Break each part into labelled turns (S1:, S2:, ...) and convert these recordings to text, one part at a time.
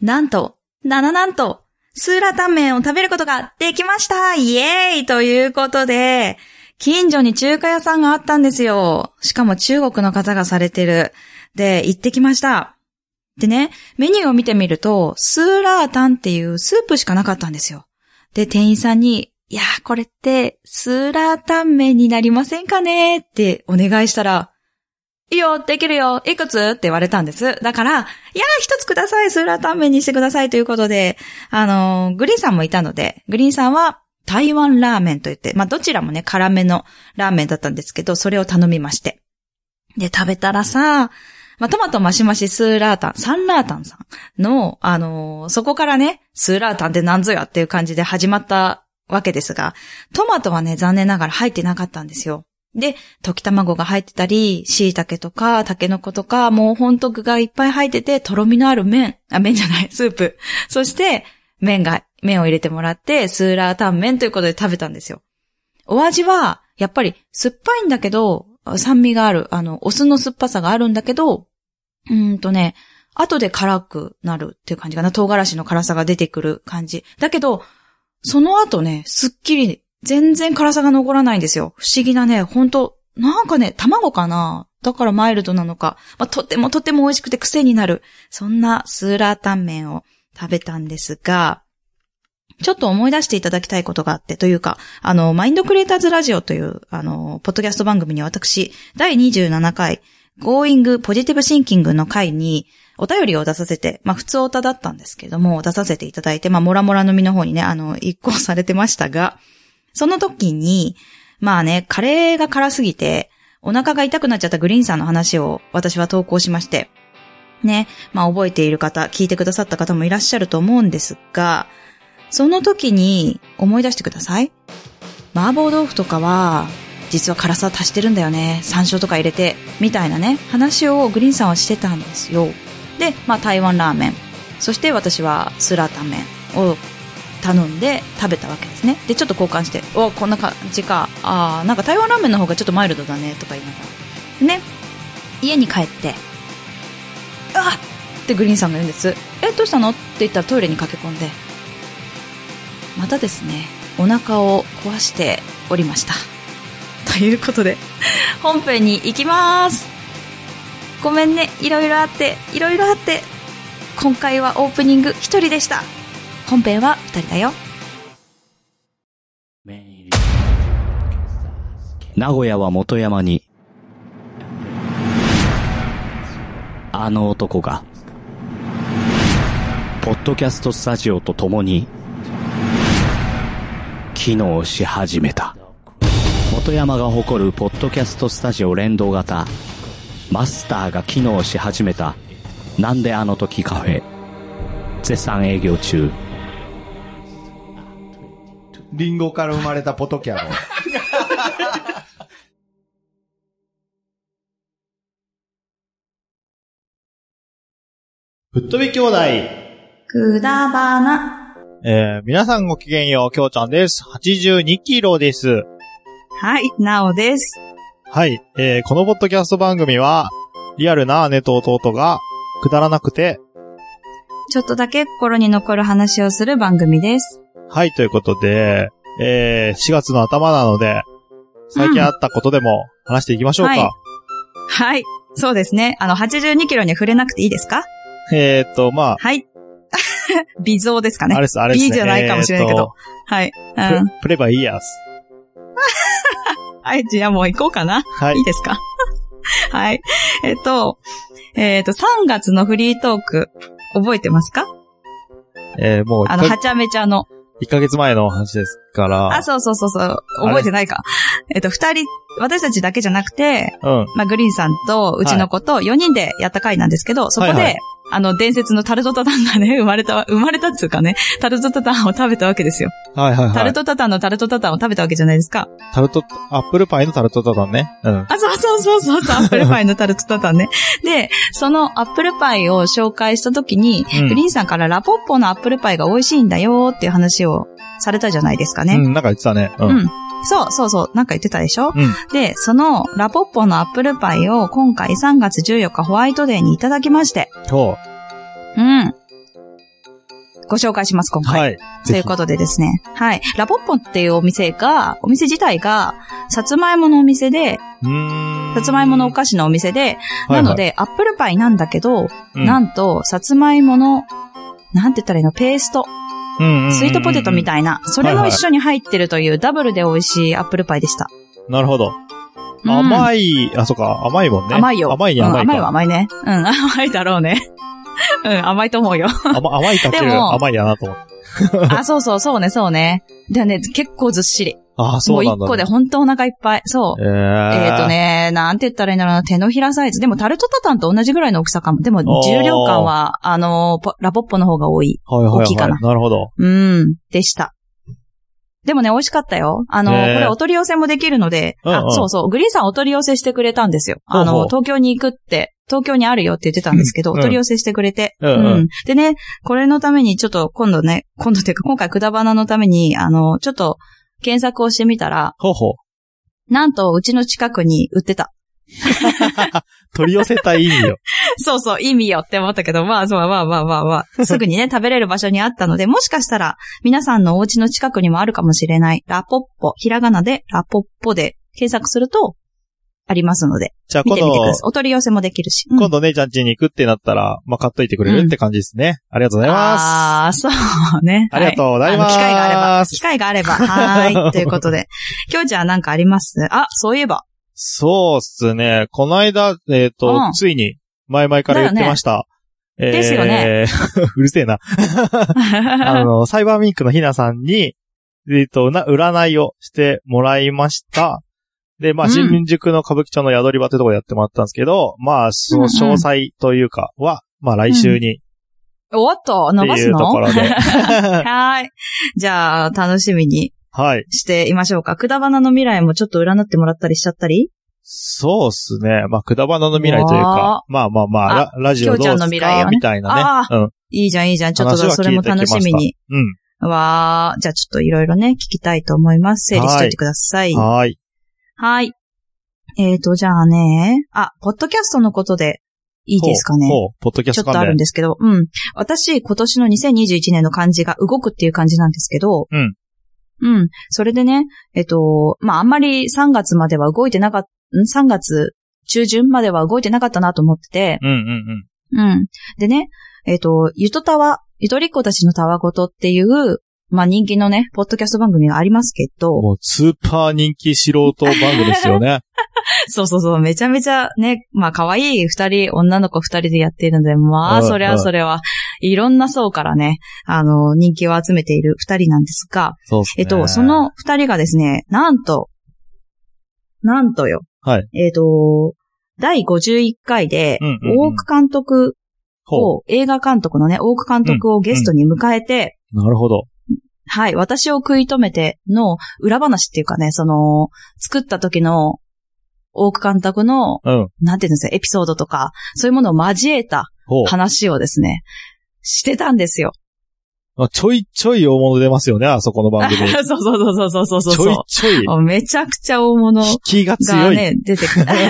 S1: なんと、なななんと、スーラータンメンを食べることができましたイエーイということで、近所に中華屋さんがあったんですよ。しかも中国の方がされてる。で、行ってきました。でね、メニューを見てみると、スーラータンっていうスープしかなかったんですよ。で、店員さんに、いやー、これって、スーラータンメンになりませんかねってお願いしたら、いいよ、できるよ、いくつって言われたんです。だから、いやー、一つください、スーラータンメンにしてくださいということで、あのーグリーンさんもいたので、グリーンさんは、台湾ラーメンと言って、まあ、どちらもね、辛めのラーメンだったんですけど、それを頼みまして。で、食べたらさ、まあ、トマトマシマシスーラータン、サンラータンさんの、あのーそこからね、スーラータンってなんぞやっていう感じで始まったわけですが、トマトはね、残念ながら入ってなかったんですよ。で、溶き卵が入ってたり、椎茸とか、タケノコとか、もうほんと具がいっぱい入ってて、とろみのある麺、あ、麺じゃない、ス ープ。そして、麺が、麺を入れてもらって、スーラータン麺ということで食べたんですよ。お味は、やっぱり酸っぱいんだけど、酸味がある。あの、お酢の酸っぱさがあるんだけど、うーんとね、後で辛くなるっていう感じかな。唐辛子の辛さが出てくる感じ。だけど、その後ね、すっきり、全然辛さが残らないんですよ。不思議なね、ほんと、なんかね、卵かなだからマイルドなのか。まあ、とてもとても美味しくて癖になる。そんなスーラータンメンを食べたんですが、ちょっと思い出していただきたいことがあって、というか、あの、マインドクリエイターズラジオという、あの、ポッドキャスト番組に私、第27回、Going Positive Thinking の回に、お便りを出させて、まあ、普通おただったんですけども、出させていただいて、まあ、モラモラの実の方にね、あの、一行されてましたが、その時に、まあね、カレーが辛すぎて、お腹が痛くなっちゃったグリーンさんの話を私は投稿しまして、ね、まあ覚えている方、聞いてくださった方もいらっしゃると思うんですが、その時に思い出してください。麻婆豆腐とかは、実は辛さ足してるんだよね。山椒とか入れて、みたいなね、話をグリーンさんはしてたんですよ。で、まあ台湾ラーメン、そして私はスラータンメンを頼んで食べたわけですね。で、ちょっと交換して、おこんな感じか。あーなんか台湾ラーメンの方がちょっとマイルドだね、とか言いながら。ね。家に帰って、あっってグリーンさんが言うんです。え、どうしたのって言ったらトイレに駆け込んで、またですね、お腹を壊しておりました。ということで、本編に行きます。ごめんね、いろいろあって、いろいろあって、今回はオープニング一人でした。本編は二人だよ。
S2: 名古屋は元山に、あの男が、ポッドキャストスタジオと共に、機能し始めた。元山が誇るポッドキャストスタジオ連動型、マスターが機能し始めた、なんであの時カフェ、絶賛営業中。
S3: リンゴから生まれたポトキャロ。
S4: ぶっ飛び兄弟。
S1: くだばな。
S4: えー、皆さんごきげんよう、きょうちゃんです。82キロです。
S1: はい、なおです。
S4: はい、えー、このポッドキャスト番組は、リアルな姉と弟が、くだらなくて、
S1: ちょっとだけ心に残る話をする番組です。
S4: はい、ということで、えー、4月の頭なので、最近あったことでも話していきましょうか。
S1: うんははい、そうですね。あの、82キロには触れなくていいですか
S4: えーっと、まあ、
S1: はい。 微増ですか
S4: あ
S1: ね。
S4: れです、あれですね。
S1: いいじゃないかもしれないけどはい。う
S4: えーっと
S1: ん。
S4: ププレバイヤース。
S1: はい、じゃあもう行こうかな。
S4: はい
S1: いい。ですか はい。えっと、えっと、3月のフリートーク、覚えてますか
S4: えー、もう1
S1: あの、
S4: か
S1: はちゃめちゃの。
S4: 一ヶ月前の話ですから。
S1: あ、そうそうそうそう、覚えてないか。えっと、二人、私たちだけじゃなくて、
S4: うん。
S1: まあ、グリーンさんと、うちの子と4人でやった回なんですけど、そこで、
S4: はいはい
S1: あの、伝説のタルトタタンがね、生 まれた、生まれたっていうかね、タルトタタンを食べたわけですよ。
S4: はいはいはい。
S1: タルトタタンのタルトタタンを食べたわけじゃないですか。
S4: タルト、アップルパイのタルトタタンね。う
S1: あ、
S4: ん。
S1: そうそうそうそう そう、アップルパイのタルトタタンね。で、そのアップルパイを紹介した時に、
S4: うん
S1: グリーンさんからラポッポのアップルパイが美味しいんだよっていう話をされたじゃないですかね。
S4: うん、なんか言ってたね。う。
S1: うんん。そうそうそう、なんか言ってたでしょ、
S4: うん
S1: で、そのラポッポのアップルパイを今回3月14日ホワイトデーにいただきまして、
S4: そ
S1: うん。ご紹介します、今回。
S4: はい。
S1: とい
S4: ぜ
S1: う
S4: ひ
S1: ことでですね。はい。ラボッポンっていうお店が、お店自体が、さつまいものお店で、
S4: うーん
S1: さつまいものお菓子のお店で、なの、で、アップルパイなんだけど、な
S4: なん
S1: と、さつまいもの、なんて言ったらいいのペースト。スイートポテトみ
S4: い。
S1: たいな。それも一緒に入ってるというダブルで美味しいアップルパイでした。
S4: なるほど。
S1: い、
S4: 甘い、あ、そっか、甘いもんね。
S1: 甘いよ。
S4: 甘いに甘いか。
S1: うん甘いは甘いね。うん、甘いだろうね。 うん、甘いと思うよ。
S4: 甘甘いかけ
S1: で
S4: る
S1: も
S4: 甘いやなと思って。
S1: あ、そうそう、そうね、そうね。でね、結構ずっしり。
S4: ああ、そ
S1: も
S4: う
S1: う
S4: な
S1: 一
S4: んだ。
S1: 個で。ほんとお腹いっぱい。そう。
S4: えー
S1: えっ、と。ね、なんて言ったらいいんだろうな、手のひらサイズ。でもタルトタタンと同じぐらいの大きさかも。でも
S4: おー
S1: 重量感は、あのーポラボッポの方が多い。
S4: はいはい
S1: 大きいか
S4: は。
S1: ない
S4: なるほど。
S1: うん、でした。でもね、美味しかったよ。あの、
S4: へー
S1: これお取り寄せもできるので、
S4: うんうん
S1: あ、そうそう、グリーンさんお取り寄せしてくれたんですよ。あの、
S4: ほうほう
S1: 東京に行くって、東京にあるよって言ってたんですけど、
S4: うん
S1: お取り寄せしてくれて、
S4: うんうん
S1: でね、これのためにちょっと今度ね、今度っていうか今回くだばなのために、あの、ちょっと検索をしてみたら、
S4: ほうほう。
S1: なんとうちの近くに売ってた。
S4: 取り寄せたい意味よ。
S1: そうそう、意味よって思ったけど、まあ、そう、まあまあまあまあ。すぐに ね、食べれる場所にあったので、もしかしたら、皆さんのお家の近くにもあるかもしれない、ラポッポ、ひらがなで、ラポッポで検索すると、ありますので、
S4: じゃあ
S1: 見
S4: 今
S1: てみてくだ
S4: 度
S1: さ、い。お取り寄せもできるし。うん
S4: 今度姉ちゃん家に行くってなったら、まあ、買っといてくれるって感じですね。ありがとうございます。
S1: ああ、そうね。
S4: ありがとうございます
S1: はあの機会があれば。機会があれば。はーい。ということで。今日じゃあなんかありますあ、そういえば。
S4: そうっすね。この間、えっ、と、
S1: うん
S4: ついに、前々から言ってました。えー
S1: ですよね。
S4: うるせえ な。あの、サイバーウィンクのひなさんに、えっ、と、な、占いをしてもらいました。で、まあ、
S1: うん
S4: 新宿の歌舞伎町の宿り場ってとこでやってもらったんですけど、まあ、その詳細というかは、まあ、来週に、
S1: おっと、
S4: っ
S1: 伸
S4: て
S1: ば
S4: い
S1: す
S4: うと
S1: の
S4: ころで。
S1: はーい。じゃあ、楽しみに
S4: はい。
S1: していましょうか。くだばなの未来もちょっと占ってもらったりしちゃったり
S4: そうっすね。まあ、くだばなの未来というか、まあまあまあ、ララジオどう
S1: きょうちゃん
S4: す
S1: の
S4: か、
S1: 未来をね
S4: みたいな
S1: あ
S4: ね。うん。
S1: いいじゃん、いいじゃん。ちょっと
S4: 話は
S1: それも楽しみに。
S4: う
S1: わー。じゃあちょっといろいろね、聞きたいと思います。整理しておいてください。
S4: ん。
S1: は
S4: はーい。
S1: い。えーと、じゃあね、あ、ポッドキャストのことでいいですかね。
S4: ほうほうポッドキャス
S1: ちょ
S4: ト
S1: っとあるん
S4: で。
S1: ですけど、うん。私、今年の2021年の漢字が動くっていう漢字なんですけど、
S4: うん。
S1: うん。それでね、えっと、まあ、あんまり3月までは動いてなかった、3月中旬までは動いてなかったなと思ってて、
S4: うんうん
S1: うん。でね、えっ、と、ゆとたわ、ゆとりっ子たちのたわごとっていう、まあ人気のね、ポッドキャスト番組がありますけ
S4: うん。
S1: ど、
S4: もう、スーパー人気素人番組です よね。
S1: そうそうそう、めちゃめちゃね、まあ可愛い二人、女の子二人でやっているので、まあ
S4: うん
S1: それはそれは、いろんな層からね、あの、人気を集めている二人なんですが、
S4: そうっす
S1: え
S4: ね。
S1: っと、そ、の二人がですね、なんと、なんとよ、
S4: はい。
S1: えっと、第51回で
S4: うんうんう、ん
S1: 大久監督
S4: ほ
S1: を、映画監督のね、大久監督をゲストに迎えて、
S4: う。なるほど。
S1: はい、私を食い止めての裏話っていうかね、その、作った時の、大久監督の、
S4: うん。
S1: なんていうんですか、エピソードとか、そういうものを交えた
S4: ほう。
S1: 話をですね、してたんですよ。
S4: あちょいちょい大物出ますよね、あそこの番組。
S1: そうそうそうそうそうそう
S4: ちょい
S1: そ
S4: ちょい。
S1: う。めちゃくちゃ大物
S4: 引きが
S1: が
S4: 強い。
S1: ね、出て くる。あまあ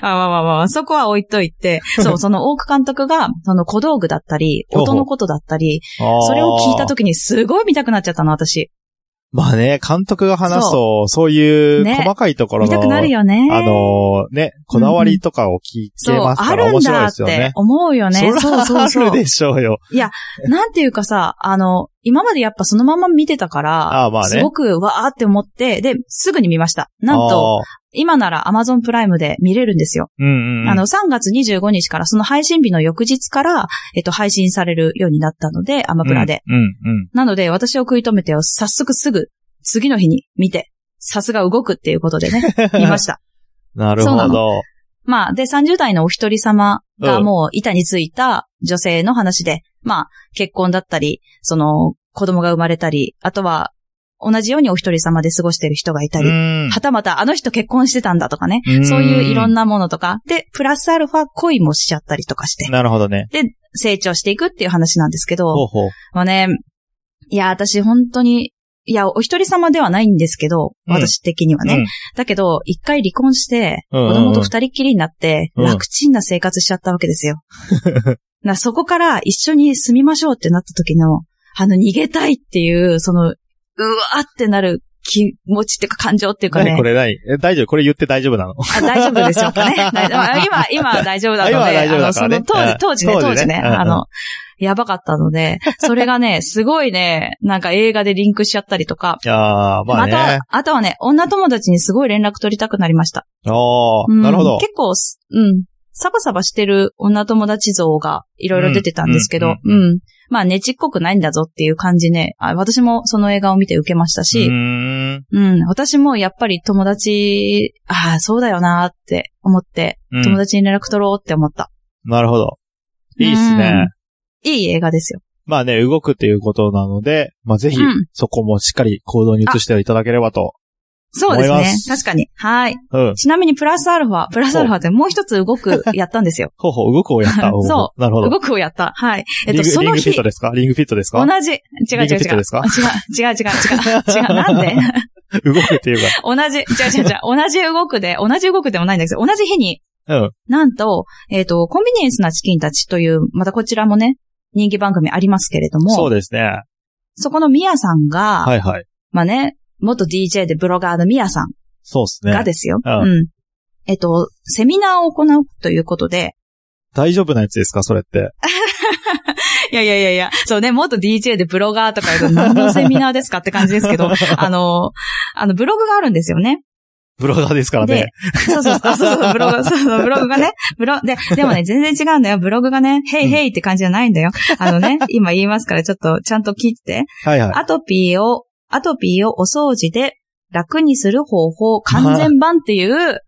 S1: まあまあまあ、そこは置いといて、そう、その大久監督が、その小道具だったり、
S4: ほうほう
S1: 音のことだったり、
S4: そ
S1: それを聞いたときにすごい見たくなっちゃったの、私。
S4: まあね、監督が話すと、そういう
S1: ね
S4: 細かいところ
S1: 見
S4: の、
S1: たくなるよね。
S4: あのーね、こだわりとかを聞け
S1: そう、
S4: ます
S1: あ
S4: から
S1: る
S4: 面
S1: ん
S4: 白い
S1: だ
S4: で
S1: っ
S4: すよね
S1: て。思うよね。そう
S4: そら
S1: そうそ
S4: ある
S1: う。
S4: でしょうよ。
S1: なんていうかさ、あの、今までやっぱそのまま見てたから、
S4: ああまあね
S1: すごくわーって思って、で、すぐに見ました。なんと、
S4: あー、
S1: 今なら Amazon プライムで見れるんですよ。
S4: うんうん。
S1: あの、、3月25日から、その配信日の翌日から、えっと、配信されるようになったので、アマプラで。。
S4: うんうん。
S1: なので、私を食い止めてを早速すぐ、次の日に見て、さすが動くっていうことで ね、見ました。
S4: なる
S1: そう
S4: ほ
S1: な
S4: ど。
S1: まあ、で、30代のお一人様が
S4: うん
S1: もう板についた女性の話で、まあ、結婚だったり、その、子供が生まれたり、あとは、同じようにお一人様で過ごしてる人がいたり、
S4: うん
S1: はたまたあの人結婚してたんだとかね、
S4: うん
S1: そういういろんなものとか、で、プラスアルファ恋もしちゃったりとかして、
S4: なるほどね。
S1: 成長していくっていう話なんですけ
S4: ほう
S1: ど、
S4: ほう。
S1: まあね、いや、私本当に、いや、お一人様ではないんですけど、
S4: うん
S1: 私的にはね。
S4: うん
S1: だけど、一回離婚して、
S4: うんうんう
S1: 子
S4: ん
S1: 供と二人っきりになって、
S4: うん
S1: 楽ちんな 生活しちゃったわけですよ。なそこから一緒に住みましょうってなった時の、あの、逃げたいっていう、その、うわーってなる気持ちっていうか感情っていうかね。
S4: 何これ何え大丈夫これ言って大丈夫なの
S1: あ大丈夫 ですよかね。大丈夫あ今、今は大丈夫だった
S4: 今
S1: の
S4: は
S1: で、
S4: 大丈夫だからね
S1: あのその当時、当時ね、
S4: うん
S1: 当時ね、
S4: 当時ね
S1: あ
S4: うん
S1: の、やばかったので、それがね、すごいね、なんか映画でリンクしちゃったりとか、
S4: いやー、まあね。
S1: また、あとはね、女友達にすごい連絡取りたくなりました。
S4: あ
S1: う
S4: ー、
S1: ん
S4: なるほど。
S1: 結構す、うん。サバサバしてる女友達像がいろいろ出てたんですけど、
S4: う
S1: うんん。まあ、ねちっこくないんだぞっていう感じね。あ私もその映画を見て受けました
S4: うー
S1: し、
S4: ん。
S1: うん、私もやっぱり友達、ああ、そうだよなーって思って、
S4: うん
S1: 友達に連絡取ろうって思った。
S4: なるほど。いいっすね。
S1: いい映画ですよ。
S4: まあね、動くっていうことなので、まあぜひ
S1: うん、
S4: そこもしっかり行動に移していただければと。
S1: そうです
S4: 思い
S1: ね
S4: ま。
S1: 確かに。はい。
S4: うん。
S1: ちなみにプラスアルファ、プラスアルファってもう一つ動くやったんです
S4: 。
S1: よ
S4: ほうほう、動くをや った。
S1: そ
S4: なるほど。
S1: 動くをやった。はい。えっ
S4: リン
S1: と、
S4: グ
S1: そ
S4: リン
S1: の
S4: グフィッ
S1: 日
S4: ト、ですかリングフィットですか
S1: 同じ、違う違う
S4: リングフィッ
S1: 違
S4: ト
S1: う
S4: です。か
S1: 違う、違う、違う、違 う、違う、なんで
S4: 動くっていう
S1: 同じ、違う違う違う、同じ動くで、同じ動くでもないんだけど、同じ日に、
S4: か。うん。
S1: なんと、えっ、と、コンビニエンスなチキンたちという、またこちらもね、人気番組ありますけれども、
S4: そ
S1: そう
S4: ですね。
S1: このミヤさんが、
S4: はいはい。
S1: まあね、元 DJ でブロガーのミヤさん
S4: そうですね
S1: が。ですよ、
S4: うん
S1: うん。えっ、と、セミナーを行うということで、
S4: 大丈夫なやつですかそれって。
S1: いやいやいやいや、そうね、元 DJ でブロガーとか言うと何のセミナーですかって感じですけ ど、あの、あの、ブログがあるんですよね。
S4: ブロガーですから
S1: で
S4: ね。、
S1: そうそうそう、そうそうブロ グ、そうそう、ブログがね、ブロ、で、でもね、全然違うんだよ。ブログがね、ヘイヘイって感じじゃないんだよ。あのね、今言いますから、ちょっとちゃんと聞いて。
S4: はいはい。
S1: アトピーを、アトピーをお掃除で楽にする方法完全版っていう、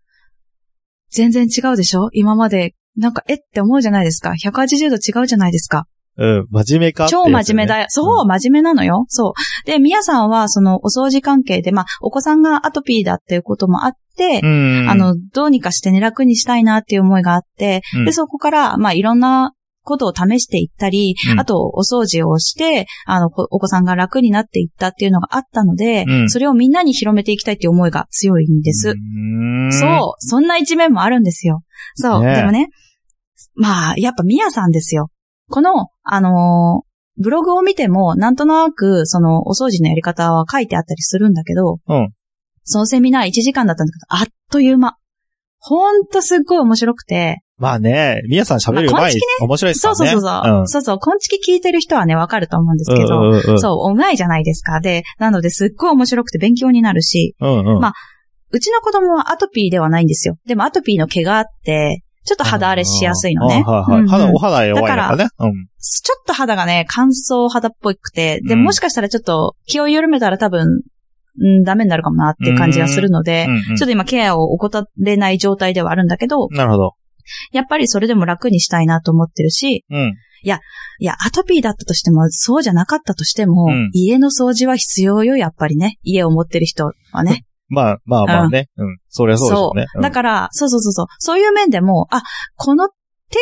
S1: 全然違うでしょ今まで、なんか、えって思うじゃないですか。180度違うじゃないですか。
S4: うん。真面目かってやつ
S1: 超
S4: ね、
S1: 真面目だよ。そう、真面目なのよ。そう。で、みやさんは、その、お掃除関係で、まあ、お子さんがアトピーだっていうこともあって
S4: う、ん。
S1: あ、の、どうにかしてね、楽にしたいなっていう思いがあって、
S4: うん
S1: で、そこから、まあ、いろんなことを試していったり、
S4: うん
S1: あと、お掃除をして、あの、こお子さんが楽になっていったっていうのがあったので、
S4: うん
S1: それをみんなに広めていきたいっていう思いが強いんです。
S4: そ
S1: そう、そんな一面もあるんですよ。そう、
S4: ねえ
S1: でもね、まあ、やっぱミヤさんですよ。この、あのーブログを見ても、なんとなく、その、お掃除のやり方は書いてあったりするんだけど、
S4: うん
S1: そのセミナー1時間だったんだけど、あっという間。ほんとすっごい面白くて、
S4: う。まあね、みやさん喋るより
S1: まあ
S4: 前
S1: こんちきね
S4: 面白いですか
S1: そ
S4: ら
S1: う
S4: ね。
S1: そうそうそう、
S4: ん
S1: そうそう、こんちき聞いてる人はね、わかると思うんですけど、
S4: うんうんうん、
S1: そう、うまいじゃないですか。で、なのですっごい面白くて勉強になるし、
S4: うんうん。
S1: まあうちの子供はアトピーではないんですよ。でもアトピーの毛があって、ちょっと肌荒れしやすいのね。
S4: あーはいはい
S1: うんうん
S4: 肌お肌弱いのかね。うん。
S1: ちょっと肌がね、乾燥肌っぽくて、で、
S4: うん
S1: もしかしたらちょっと気を緩めたら多分、うん、ダメになるかもなっていう感じがするので、
S4: うんうん
S1: ちょっと今ケアを怠れない状態ではあるんだけど、
S4: なるほど。
S1: やっぱりそれでも楽にしたいなと思ってるし、
S4: うん。
S1: いや、アトピーだったとしても、そうじゃなかったとしても、
S4: うん
S1: 家の掃除は必要よ、やっぱりね。家を持ってる人はね。
S4: まあまあまあね。うん。そりゃそうですよね。うん
S1: だから、そうそうそうそう。そういう面でも、あ、この程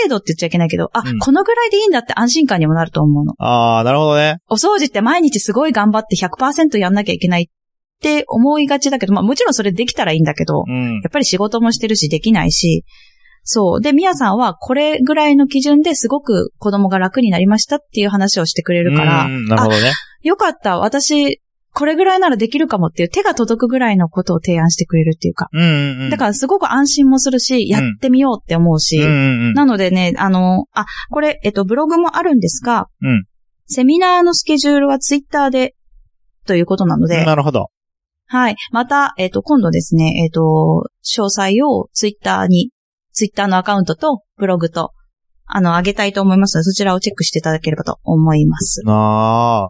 S1: 度って言っちゃいけないけど、あ、
S4: うん
S1: このぐらいでいいんだって安心感にもなると思うの。
S4: ああ、なるほどね。
S1: お掃除って毎日すごい頑張って100%やんなきゃいけないって思いがちだけど、まあもちろんそれできたらいいんだけど、
S4: うん
S1: や。っぱり仕事もしてるしできないし、そう。で、みやさんはこれぐらいの基準ですごく子供が楽になりましたっていう話をしてくれるから、
S4: うんなるほどね。
S1: よかった、私、これぐらいならできるかもっていう手が届くぐらいのことを提案してくれるっていうか。
S4: うんうんうん。
S1: だからすごく安心もするし、やってみようって思うし、
S4: うんうんうん。
S1: なのでね、あの、あ、これ、えっと、ブログもあるんですが、
S4: うん
S1: セミナーのスケジュールはツイッターで、ということなので、
S4: なるほど。
S1: はい。また、えっと、今度ですね、えっと、詳細をツイッターに、ツイッターのアカウントと、ブログと、あの、あげたいと思いますので、そちらをチェックしていただければと思います。
S4: なあ。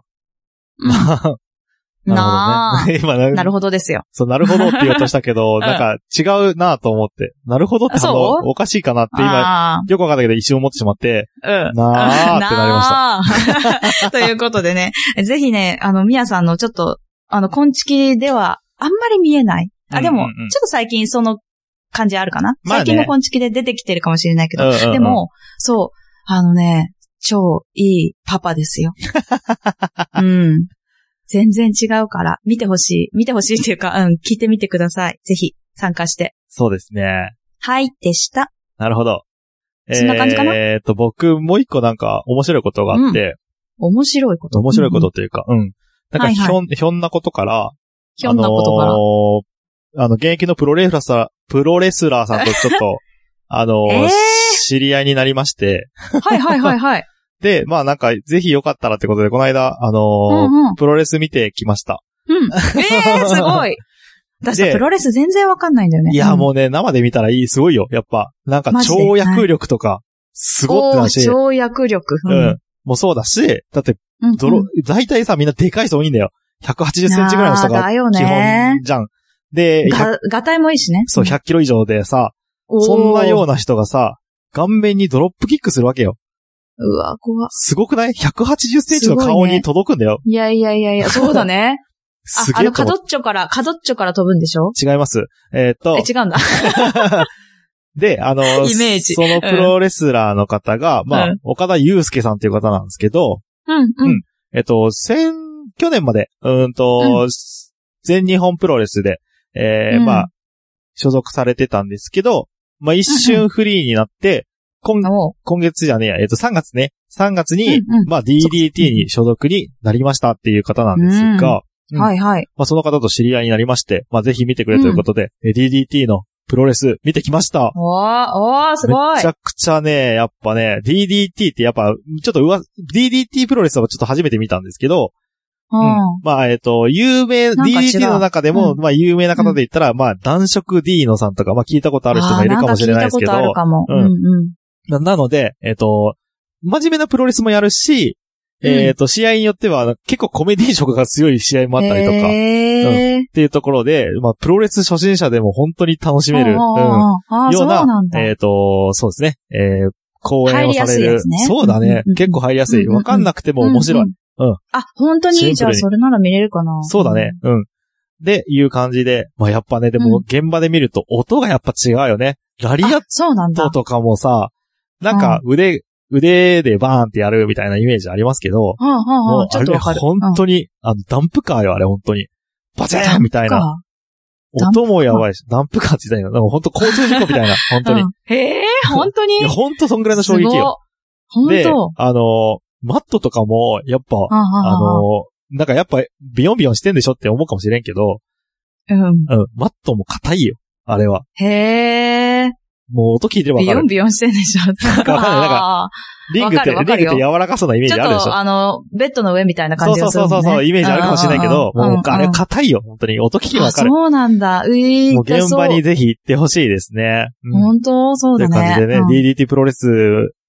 S1: な
S4: なるほどね。今
S1: あ。な
S4: な
S1: る
S4: る
S1: ほどですよ。
S4: そう、なるほどって言おうとしたけど、
S1: ん
S4: なんか違うなと思って。なるほどってあの
S1: そう
S4: おかしいかなって今、
S1: ああ
S4: よくわかんないけど一瞬思ってしまって、
S1: うん。
S4: なーってなりました
S1: した。 ということでね、ぜひね、あの、みやさんのちょっと、あの、昆虫ではあんまり見えない。あ、でも、
S4: うんうんうん
S1: ちょっと最近その感じあるかな、
S4: まあね
S1: 最近の昆虫で出てきてるかもしれないけど。
S4: うんうんうん
S1: でも、そう、あのね、超いいパパです よ。うん。全然違うから、見てほしい。見てほしいっていうか、うん、聞いてみてください。ぜひ、参加して。
S4: そうですね。
S1: はい、でした。
S4: なるほど。
S1: そんな感じかな
S4: えーっと、僕、もう一個なんか面白いことがあって、
S1: 面白いこと。
S4: 面白いことっていうか、うん。なんか、ひょん、ひょんなことから、
S1: ひょんなことから。
S4: あのーあの、現役のプロレスラーさん、プロレスラーさんとち ょっと、あのー
S1: えー
S4: 知り合いになりまして、
S1: はいはいはいはい。
S4: で、まあなんか、ぜひよかったらってことで、この間、 あの
S1: う
S4: ー
S1: んうん。
S4: プロレス見てきました。
S1: うん。えー、すごい。私さ、
S4: で
S1: プロレス全然わかんないんだよね。
S4: いや、
S1: う
S4: もうね、生で見たらいい、すごいよ。やっぱ、なんか
S1: マジで
S4: 跳躍力とか、
S1: ん、
S4: すごってなるし、
S1: おー跳躍力。
S4: うん、もうそうだし、だって、
S1: うん。うん
S4: 泥、大体さ、みんなでかい人多いんだよ。180センチぐらいの人
S1: あー
S4: が
S1: だよ
S4: 基
S1: ね
S4: 本。じゃん。で、100
S1: が、がたいもいいしね。
S4: そう、100キロ以上でさ、
S1: おー
S4: そんなような人がさ、顔面にドロップキックするわけよ。
S1: うわ、怖っ
S4: すごくない ?180 センチの
S1: すご
S4: 顔
S1: いね
S4: に届くんだよ。
S1: いやいやいやい や、そうだね。あ
S4: す、
S1: あ
S4: げえ
S1: の、
S4: と
S1: カ
S4: 思
S1: ド
S4: っ
S1: ッチョから、カドッチョから飛ぶんでしょ
S4: て。違います。えーっと
S1: え、、違うんだ。
S4: で、あの、
S1: イメージ
S4: そのプロレスラーの方が、まあ、
S1: うん
S4: 岡田祐介さんっていう方なんですけど、
S1: うん、う
S4: うんん。えっと、先、去年まで、うーんと、全日本プロレスで、えー
S1: うん
S4: まあ、所属されてたんですけど、まあ一
S1: うんう
S4: 瞬フリーになって、今、
S1: おう
S4: 今月じゃねえや、えっと3月ね、3月に、
S1: うんうん
S4: まあ DDT に所属になりましたっていう方なんですが、うん
S1: はいはい。
S4: まあその方と知り合いになりまして、まあぜひ見てくれということで、え DDT のプロレス見てきました。
S1: おー、おー、すご
S4: め
S1: い
S4: ち。ゃくちゃね、やっぱね、DDT ってやっぱ、ちょっとうわ、DDT プロレスはちょっと初めて見たんですけど、
S1: う
S4: うん
S1: ん。
S4: まあ、えっ、と、有名、
S1: なんか違う
S4: DDT の中でも、
S1: う
S4: まあ、有名な方で言ったら、まあ、男色 D のさんとか、まあ、聞いたことある人もいるかもしれないですけど、
S1: あーなん
S4: な
S1: か聞いたことあるかも。うんうん。
S4: なので、えっ、と、真面目なプロレスもやるし、
S1: うん
S4: えっ、と、試合によっては、結構コメディ色が強い試合もあったりとか、っ
S1: へー
S4: ていうところで、まあ、プロレス初心者でも本当に楽しめる、
S1: おうおう
S4: うん
S1: おうあー、
S4: よ
S1: そうう
S4: な、
S1: なんだ。
S4: えっ、と、そうですね、えー、講演をされ
S1: 入りやすい
S4: る。
S1: やつね
S4: そうだ
S1: うんうん
S4: ね、
S1: うん
S4: 結構入りやす
S1: う
S4: い。
S1: んうんうん
S4: わかんなくても面白い。
S1: うんうん
S4: うん
S1: あ、本当
S4: シンプル
S1: に
S4: に
S1: じゃあそれなら見れるかな。
S4: そうだね。。うん。で、いう感じで。まあ、やっぱね、でも
S1: うん
S4: 現場で見ると音がやっぱ違うよね。ラリア
S1: あ
S4: ッ、
S1: そうなんだ
S4: ト。とかもさ、なんか腕、腕でバーンってやるみたいなイメージありますけど、
S1: はあはあは
S4: も
S1: あ、
S4: う
S1: ち
S4: あ
S1: ょっ
S4: れ
S1: と
S4: ね、
S1: わかる。
S4: 本当に、あの、ダンプカーよ、あれ、本当に。バチーンみたいな。
S1: な。ダンプカー
S4: 音もやばいし、ダンプカーって言ったんやけど、なんか本当交通事故み たいな、本当に。
S1: うんへえ、本当に
S4: いや、本当そんぐらいの衝撃よ。
S1: すごっ。
S4: で
S1: 本当、
S4: あのー、マットとかも、やっぱ、
S1: あ
S4: あ
S1: は
S4: のー、なんかやっぱ、ビヨンビヨンしてんでしょって思うかもしれんけど、
S1: あはあうん。
S4: うん、マットも硬いよ。あれは。
S1: へえ。
S4: もう音聞いてればわ
S1: ビ
S4: か
S1: ヨ
S4: る
S1: ン。ビヨンしてんでしょ。
S4: んかわかんないなんかリングって、リ
S1: わ
S4: ング
S1: か
S4: っ
S1: る
S4: て
S1: よ
S4: 柔らかそうなイメー
S1: ち
S4: ジ
S1: ょ
S4: あるで
S1: っ
S4: し
S1: と、
S4: ょ
S1: あの、ベッドの上みたいな感
S4: そう
S1: じ
S4: そ
S1: が
S4: う
S1: する
S4: そうそうそう、イメージあるかもしれないけど、もう、あれ
S1: っ
S4: 硬いよ、本当に。音聞けばわかる。
S1: そうなんだ。うい
S4: もう現場にぜひ行ってほしいですね。うん。っ
S1: 本当そう
S4: てい
S1: だ
S4: う
S1: ね。
S4: 感じでね、
S1: うん
S4: DDT プロレス、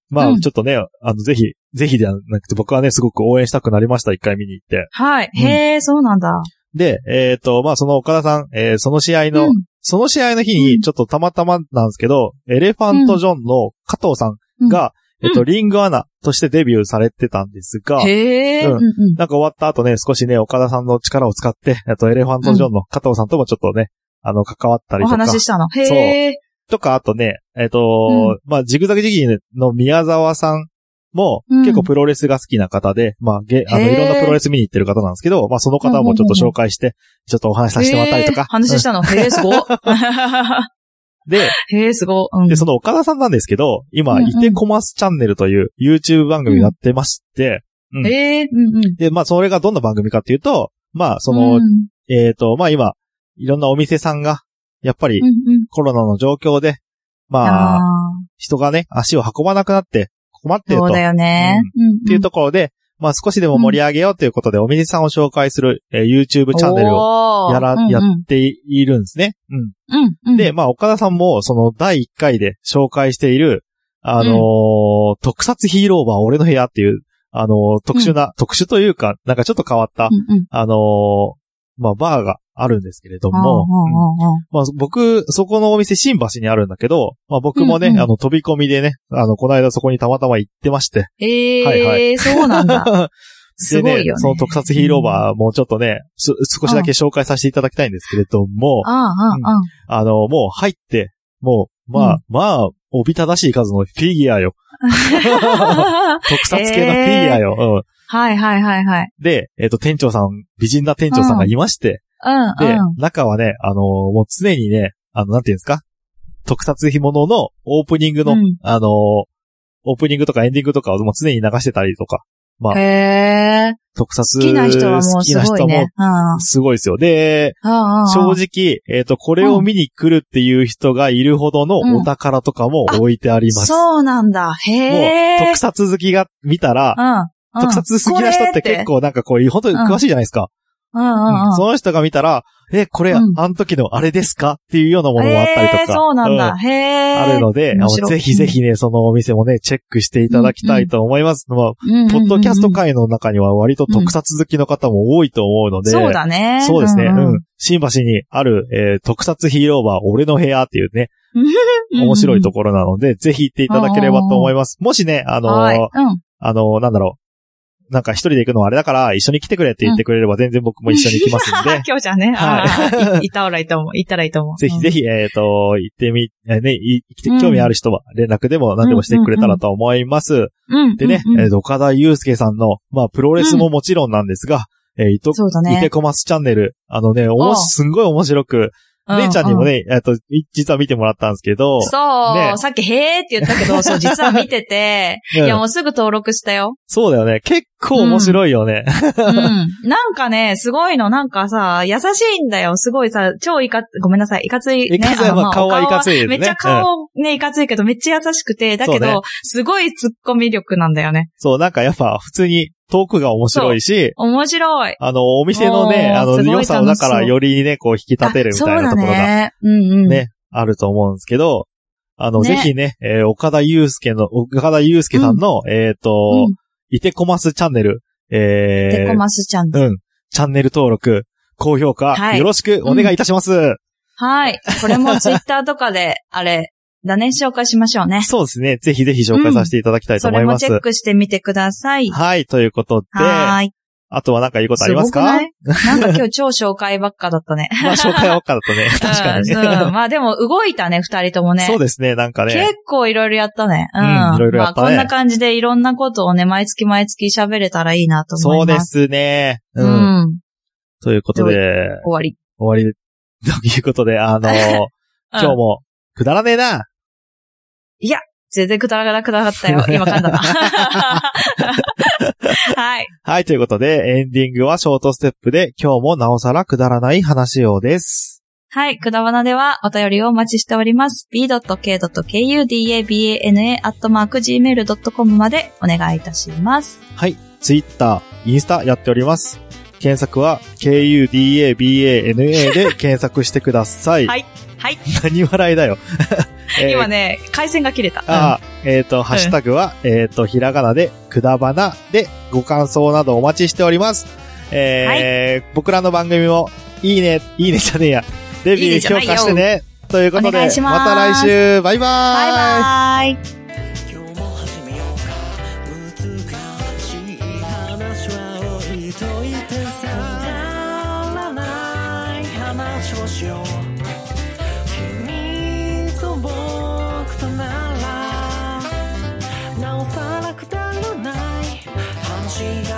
S4: ま
S1: う
S4: あ、
S1: ん
S4: ちょっとね、あの、ぜひ、ぜひではなくて、僕はね、すごく応援したくなりました、一回見に行って。
S1: はい。
S4: うん
S1: へえ、そうなんだ。
S4: で、えっと、まあ、その岡田さん、えーその試合
S1: う
S4: の
S1: ん、
S4: その試合の日
S1: うん
S4: に、ちょっとたまたまなんですけど、エレファント・ジョンの加藤さんが、
S1: うん
S4: えっと、リングアナとしてデビューされてたんですが、
S1: へえ。
S4: うん
S1: うんうん
S4: なんか終わった後ね、少しね、岡田さんの力を使って、えっと、エレファント・ジョンの加藤さんともちょっとね、あの、関わったり
S1: お
S4: とか、
S1: 話ししたの。へえ。
S4: とか、あとね、えっと、まあ、ジグザグジギーの宮沢さんも、
S1: うん
S4: 結構プロレスが好きな方で、まあ、げあの、
S1: へー
S4: いろんなプロレス見に行ってる方なんですけど、まあ、その方もちょっと紹介して、ちょっとお話しさせてもらったりと
S1: へー
S4: か、
S1: 話したの。へえ、す ごっ。
S4: で、
S1: へえ、すごっ。うん
S4: で、その岡田さんなんですけど、
S1: うん
S4: 今、
S1: うん
S4: イテコマスチャンネルという YouTube 番組やってまして、うん
S1: へえ、うんうん。
S4: で、まあ、それがどんな番組かっていうと、まあ、その、
S1: うん、
S4: えっ、と、まあ今、いろんなお店さんが、やっぱり
S1: うんうん
S4: コロナの状況で、まあ、
S1: あ
S4: 人がね、足を運ばなくなって、困っ
S1: ー
S4: てると。
S1: そうだ
S4: っ
S1: よね。って
S4: いうところで、まあ少しでも盛り上げようということで、お店さんを紹介する、えー YouTube チャンネルを
S1: を
S4: やら、やっているんですね。うん。
S1: うんうん、
S4: で、まあ、岡田さんも、その、第1回で紹介している、あのー特撮ヒーローは俺の部屋っていう、あのー特殊な、特殊というか、なんかちょっと変わった、
S1: うんうん
S4: あのーまあ、バーがあるんですけれど
S1: あー
S4: も、うん
S1: あーあー
S4: まあ、僕、そこのお店、新橋にあるんだけど、まあ、僕もね、
S1: うんうん
S4: あの、飛び込みでね、あの、この間そこにたまたま行ってまして、
S1: ええ
S4: はいは
S1: そうなん だ。すごいよね
S4: でね、その特撮ヒーローバーもちょっとね、す少しだけ紹介させていただきたいんですけれども、
S1: ああ、ああ、あ
S4: あの、もう入って、もう、まあ、
S1: うん
S4: まあ、おびただしい数のフィギュアよ。
S1: あ。
S4: 特撮系のフィギュアよ。うん
S1: はいはいはいはい。
S4: で、えっ、と、店長さん、美人な店長さんがいまして、
S1: うん
S4: で、
S1: うん。
S4: 中はね、あのもう常にね、あの、なんていうんですか、特撮ひもののオープニングの、
S1: うん
S4: あのオープニングとかエンディングとかをもう常に流してたりとか、まあ、
S1: へえ。
S4: 特撮
S1: 好きな人はもうす
S4: 好
S1: ごい
S4: きな人
S1: ね
S4: も。すごいですよ。で、
S1: うんうんうんうん
S4: 正直、えっ、と、これを見に来るっていう人がいるほど
S1: う
S4: の
S1: ん
S4: お宝とかも置いてあります。
S1: そうなんだ。へえ。
S4: もう、特撮好きが見たら、
S1: うんうん。
S4: 特撮好きな人って結構なんかこういう、本当に詳しいじゃないですか。
S1: これって。うんうんうん。
S4: その人が見たら、え、これ、
S1: うん
S4: あの時のあれですかっていうようなものもあったりとか。
S1: へーそうなんだ。
S4: う
S1: へえ。
S4: あるので、あ
S1: 面
S4: の
S1: 白い
S4: ぜひぜひね、そのお店もね、チェックしていただきたいと思います。まあ、
S1: うんうんうんうん、
S4: ポッドキャスト界の中には割と特撮好きの方も多いと思うので、
S1: そうだね。
S4: そうですね。
S1: ん
S4: うん。新橋にある、えー特撮ヒーローバー、俺の部屋っていうね、
S1: うん。
S4: 面白いところなので、ぜひ行っていただければと思います。もしね、あのー
S1: はい。うん。、
S4: あのーなんだろう。なんか一人で行くのはあれだから、一緒に来てくれって言ってくれれば全然僕も一緒に行きますんで
S1: 今日じゃんね。
S4: はい
S1: はい。い行ったらいいと思う。行ったらいいと思う。
S4: ぜひぜひ、えっ、と、行ってみ、えーね、い来て
S1: うん
S4: 興味ある人は連絡でも何でもしてくれたらと思います。
S1: うん。
S4: でね、
S1: うんうん
S4: えーと岡田祐介さんの、まあ、プロレスももちろんなんですが、えーいと、
S1: そうだ
S4: いて
S1: ね。
S4: こますチャンネル、あのね、おも
S1: おう
S4: し、すんごい面白く、姉ちゃんにも
S1: ね。
S4: ね、えっと、い実は見てもらったんですけど、
S1: そ
S4: ね
S1: う、さっきへーって言ったけど、そう、実は見てて、い
S4: うん
S1: や、もうすぐ登録したよ。
S4: そうだよね。結構面白いよね。
S1: うん。なんかね、すごいの、なんかさ、優しいんだよ。すごいさ、超いか、ごめんなさい、いかつ い、ね。
S4: いかつい
S1: あの
S4: まあ顔はいかついです
S1: め
S4: ね
S1: っちゃ顔ね、いかついけど、めっちゃ優しくて、だけ
S4: そうね
S1: ど、すごい突っ込み力なんだよね。
S4: そう、なんかやっぱ普通にトークが面白いし、
S1: 面白い。
S4: あの、お店のね、
S1: おー
S4: あの、
S1: すごい
S4: 良さをだか
S1: 楽しそ
S4: ら
S1: う
S4: よりね、こう引き立てるみたいなところ
S1: あそうだ
S4: が
S1: ね。うんうん。
S4: ねあると思うんですけど、あの、
S1: ね
S4: ぜひね、えー岡田祐介の、岡田祐介さんの、えっと、
S1: うん
S4: いてこますチャンネル、えー
S1: テコマスちゃん。
S4: うん、チャンネル登録、高評価、
S1: はい
S4: よろしくお願いいたします。
S1: はい。これもツイッターとかで、あれ、だね、紹介しましょうね。
S4: そうですね。ぜひぜひ紹介させていただきたいと
S1: そ
S4: 思
S1: れ
S4: い
S1: も
S4: ます。
S1: チェックしてみてください。
S4: はい、ということで、
S1: はーい。
S4: あとはなんか言うことありますか
S1: すごくないなんか今日超紹介ばっかだったね。
S4: まあ、紹介ばっかだと ね、 確かにね。
S1: うんうんまあでも動いたね、二人ともね。
S4: そうですね、なんかね。
S1: 結構いろいろやったね。うん。
S4: うんいろいろやった
S1: ま
S4: ね
S1: あこんな感じでいろんなことをね、毎月毎月喋れたらいいなと
S4: そ
S1: 思
S4: う
S1: い
S4: で
S1: ます。
S4: すね。
S1: う
S4: うん。
S1: ん。
S4: ということで、
S1: 終わり。
S4: 終わり。ということで、あのー今日
S1: うん。
S4: も、くだらねえな。
S1: 全然くだらなくなかったよ。 今噛んだ な。はい。
S4: はい、ということで、エンディングはショートステップで、今日もなおさらくだらない話をです。
S1: はい。くだばなではお便りをお待ちしております。b.k.kudabana.gmail.com までお願いいたします。
S4: はい、ツイッター、インスタやっております。検索は、kudabana で検索してください。
S1: はいはい。
S4: 何笑 いだよ。えー
S1: 今ね、回線が切れた。
S4: あーえっ、と、ハッシュタグは、えっ、と、ひらがなで、くだばなで、ご感想などお待ちしております。えー僕らの番組も、いいね、いいねじゃねえや。レ
S1: いい
S4: ビュ
S1: ね
S4: ー
S1: じゃ
S4: 評
S1: ないよ
S4: 価してね。ということ
S1: お願
S4: で
S1: いし、ます
S4: また来週、バイバーイ。
S1: うんバイバーイ。
S5: 今日も始めようか難しい話は置いといてさくだらない話をしよう君と僕とならなおさらくだらない話が